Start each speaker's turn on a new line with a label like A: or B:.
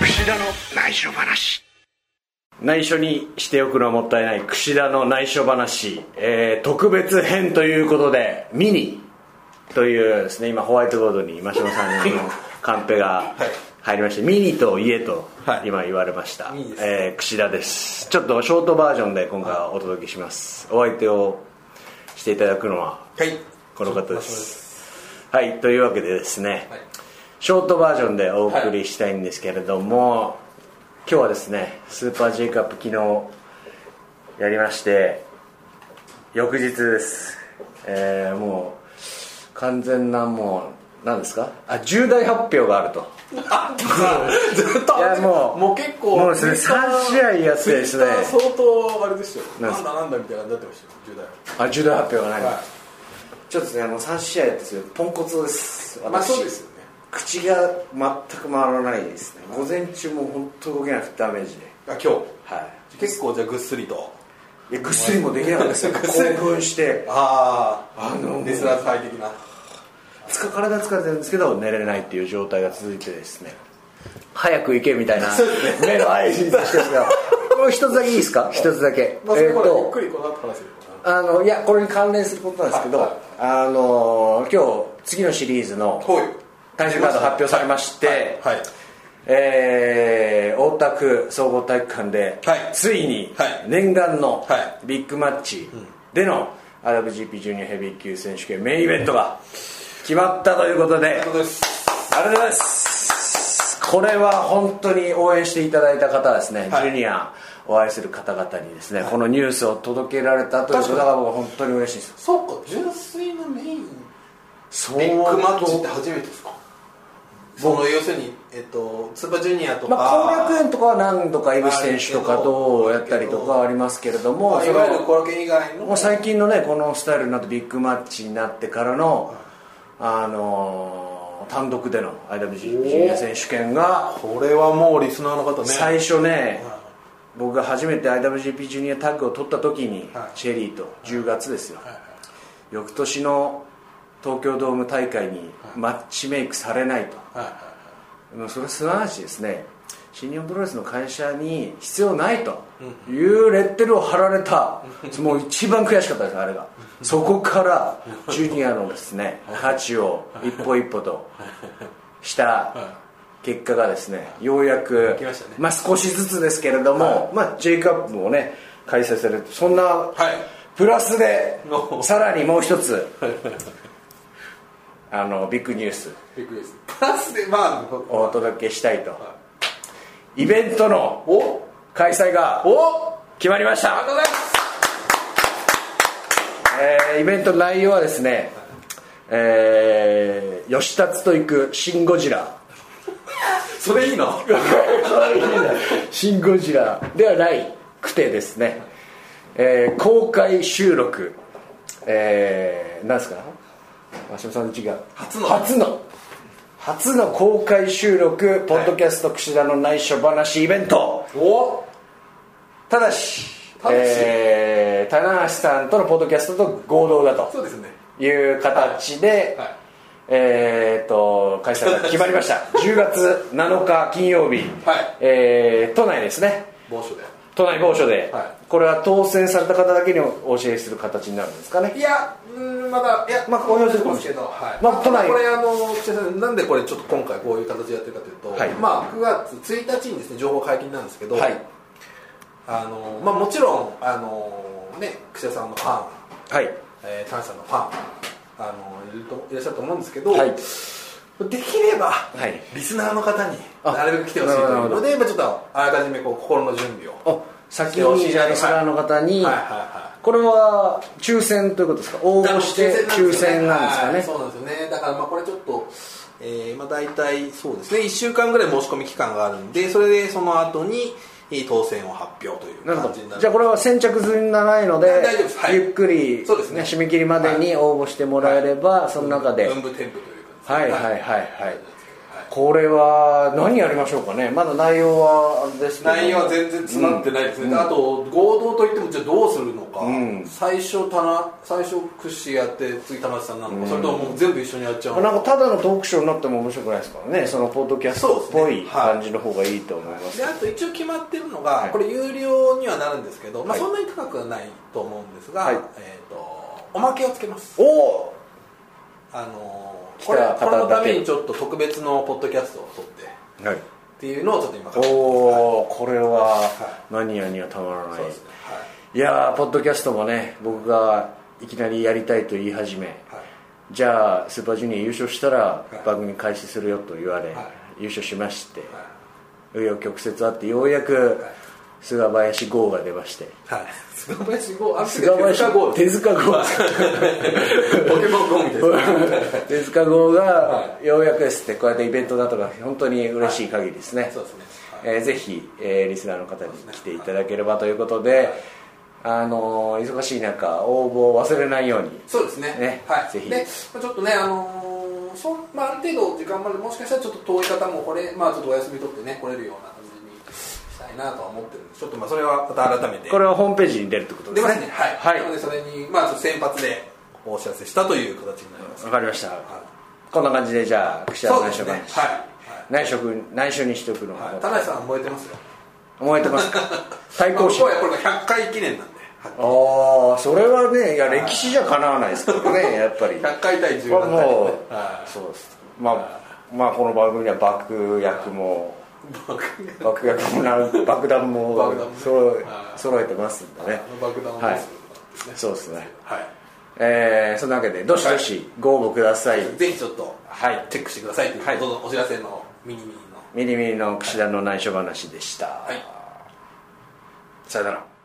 A: 串田の内緒話内緒にしておくのはもったいない串田の内緒話、えー特別編ということでミニというですね今ホワイトボードに今島さんのカンペが入りまして、ミニと家と
B: はい
A: 今言われました、
B: いいです
A: えー串田ですちょっとショートバージョンで今回はお届けしますお相手をしていただくのは
B: はい
A: この方ですはいというわけでですね、
B: はい
A: ショートバージョンでお送りしたいんですけれども、今日はですねスーパー J カップ昨日やりまして翌日ですえーもう完全なもう何ですかあ重大発表があると
B: あ ずっと
A: いやもう
B: もう結構
A: もうですね三試合やってですね
B: Twitter 相当あれですよ
A: なん
B: な
A: です
B: んだなんだみたいなになってましたよ10代
A: あ重大発表がない、
B: は
A: ちょっとですねもう3試合ですよポンコツです
B: まあそうですよね
A: 口が全く回らないですね午前中もう本当動けなくてダメージで
B: あ今日
A: はい
B: 結構じゃあぐっすりと
A: いやぐっすりもできなかったですよ
B: ぐっす り
A: 興奮して
B: ああ
A: あの
B: リスナーズハイ的な
A: つか体疲れてるんですけど寝れないっていう状態が続いてですね早く行けみたいな
B: そうですね
A: 目の合図にしてるんですがもう一つだけいいですか一つだけ
B: まあそ
A: え
B: れ
A: ー
B: ほ
A: っ
B: らゆっ
A: と
B: くりこの後話せるか
A: あのいやこれに関連することなんですけど、
B: はい
A: あの今日次のシリーズの
B: なはい
A: 対象カード発表されまして、
B: はい
A: えー大田区総合体育館で、
B: はい
A: ついに
B: はい
A: 念願の
B: は
A: ビッグマッチでの RWGP ジュニアヘビー級選手権メインイベントが決まったということでありが
B: そ
A: と
B: う
A: う
B: です
A: ございますこれは本当に応援していただいた方ですね、
B: はい
A: ジュニアお会いする方々にですね、このニュースを届けられたということ
B: 確か
A: が
B: に
A: 僕は本当に嬉しいです
B: そうか純粋なメイン
A: 相
B: ビ
A: 当
B: ッグマッチって初めてですかその要するに、えっと、スーパージュニアとか、
A: まあ、後楽園とかは何度か井口選手とかとやったりとかはありますけれども
B: まあい
A: その
B: わゆる後楽園以外の
A: もう最近のねこのスタイルになってビッグマッチになってからの、あのー単独での IWGP ジュニア選手権が
B: これはもうリスナーの方ね
A: 最初ね
B: は
A: 僕が初めて IWGP ジュニアタッグを取った時に、
B: はい
A: チェリーと10月ですよ、
B: いはい
A: 翌年の東京ドーム大会にマッチメイクされないと、
B: はいはい
A: もうそれすなわちですね新日本プロレスの会社に必要ないというレッテルを貼られた、もう一番悔しかったですあれが、そこからジュニアのですね価値を一歩一歩とした結果がですねようやく
B: 来ましたね
A: まあ、少しずつですけれども、まあ、J カップもね開催されるそんな、プラスで
B: お
A: さらにもう一つあのビッグニュース
B: びっくりですプラスでまあ
A: お届けしたいと、イベントの
B: おお
A: 開催が
B: お
A: 決まりまし
B: ありがと
A: た、
B: うございます
A: えーイベントの内容はですね、えー、吉達と行くシン・ゴジラ
B: それいいの
A: シン・ゴジラではないくてですね、えー公開収録えー、なんですか鷲尾さんの違う
B: 初の
A: 初の初の公開収録ポッドキャスト櫛田の内緒話イベント、
B: お
A: ただした
B: だし
A: えー棚橋さんとのポッドキャストと合同だ
B: そう
A: と
B: ですね
A: いう形で、
B: はい
A: えー、と開催が決まりま した10月7日金曜日、
B: はい
A: えー都内ですね
B: 某所で
A: 都内某所で、
B: は
A: これは当選された方だけにお教えする形になるんですかね
B: いやうーんまだいや
A: まあ応用するかもしれない
B: はい
A: まあ都内
B: これあの岸田さんなんでこれちょっと今回こういう形でやってるかというと、
A: はい
B: まあ9月1日にですね情報解禁なんですけど、
A: はい
B: あのまあもちろんあのね岸田さんのファン
A: はい
B: えー、タンさんのファンあのいるといらっしゃると思うんですけど、
A: はい
B: できれば、
A: い
B: リスナーの方に
A: あ
B: なるべく来てほしいというのでまあちょっとあらかじめこう心の準備を
A: お先にじゃあリスナーの方に、
B: はいはいはい
A: これは抽選ということですか応募して抽選なんですか
B: は
A: ね
B: いそうなんですよねだからまあこれちょっと、えーまあ、大体そうですね1週間ぐらい申し込み期間があるんでそれでその後にえー当選を発表という
A: なるほ
B: 感じに
A: ど
B: なる
A: じゃあこれは先着順長いので
B: 大丈夫ですはい
A: ゆっくり、
B: そうですね
A: 締め切りまでに応募してもらえれば、その中で、
B: 文武添付というか
A: はいはいはいはい
B: はい
A: これは何やりましょうかねまだ内容はあれですけど
B: 内容は全然詰まってないですね、
A: うんうん
B: あと合同といってもじゃあどうするのか、
A: うん
B: 最初田中最初クッシーやって次田中さんなのか、それとももう全部一緒にやっちゃうのか
A: なんかただのトークショーになっても面白くないですからねそのポッドキャストっぽ
B: そうです
A: い
B: ねはい
A: 感じの方がいいと思います
B: であと一応決まってるのが、
A: はい
B: これ有料にはなるんですけど、
A: は
B: まあ、
A: い
B: そんなに高くはないと思うんですが、
A: はい
B: えー、とおまけをつけます
A: おお
B: あのー
A: 来
B: これ
A: た
B: これの
A: 方
B: た
A: だけ
B: めにちょっと特別のポッドキャストを撮ってっ
A: ー、はい、
B: ていうのをちょっと今
A: お
B: 考えてますはい
A: おこれはマニアにはたまらない、
B: そうですね
A: いやーポッドキャストもね僕がいきなりやりたいと言い始め
B: はい、はい
A: じゃあスーパージュニア優勝したら
B: はい
A: 番組開始するよと言われ、
B: は
A: 優勝しまして
B: は
A: 紆余曲折あってようやく菅林豪が出まして
B: いはい、菅林剛あの
A: 菅林
B: 剛です
A: 手塚豪
B: ポケモン GO みたいな
A: 手塚豪
B: は
A: がようやくですってこうやってイベントだとか本当に嬉しい限りですね、
B: そうですねはい
A: えーぜひ、えーリスナーの方に来ていただければということで、あのー忙しい中応募を忘れないように
B: そうですね
A: ね
B: はい
A: ぜひ
B: でまあちょっとねあのーそうまあ、ある程度時間までもしかしたらちょっと遠い方もこれ、まあ、ちょっとお休み取ってね来れるような感じにしたいなとは思ってるんでちょっとまあそれはまた改めて
A: これはホームページに出るってことで
B: 出
A: すね
B: ますねは
A: は
B: い、
A: い
B: なのでそれに、まあ、ちょっと先発でお知らせしたという形になります、
A: わかりました、
B: はい
A: こんな感じでじゃあ串田
B: そう
A: 内
B: です
A: 緒
B: ね
A: 話、
B: はい
A: 内緒く内緒にしとくの
B: はい、はい、
A: も
B: 田中さん燃えてますよ
A: 燃えて ますか対抗心
B: まあここはやっぱり100回記念なんではい
A: ああそれはねいや歴史じゃかなわないですけどね やっぱり
B: 100回対10
A: これ
B: だったり
A: も
B: ねは
A: うそうですまあまあこの番組には爆薬も
B: い
A: 爆薬もな 爆弾も
B: 爆弾もね
A: 揃え
B: はい
A: 揃えてますんでね
B: あの爆弾を
A: は
B: 出
A: い
B: すんですね
A: そうですね
B: はい
A: えーそんなわけでどしどしご応募ください
B: ぜひちょっと、
A: はい
B: チェックしてくださいという、
A: はい
B: どうぞお知らせのミニミニの。
A: ミリミリの串田の内緒話でした
B: はい
A: さよなら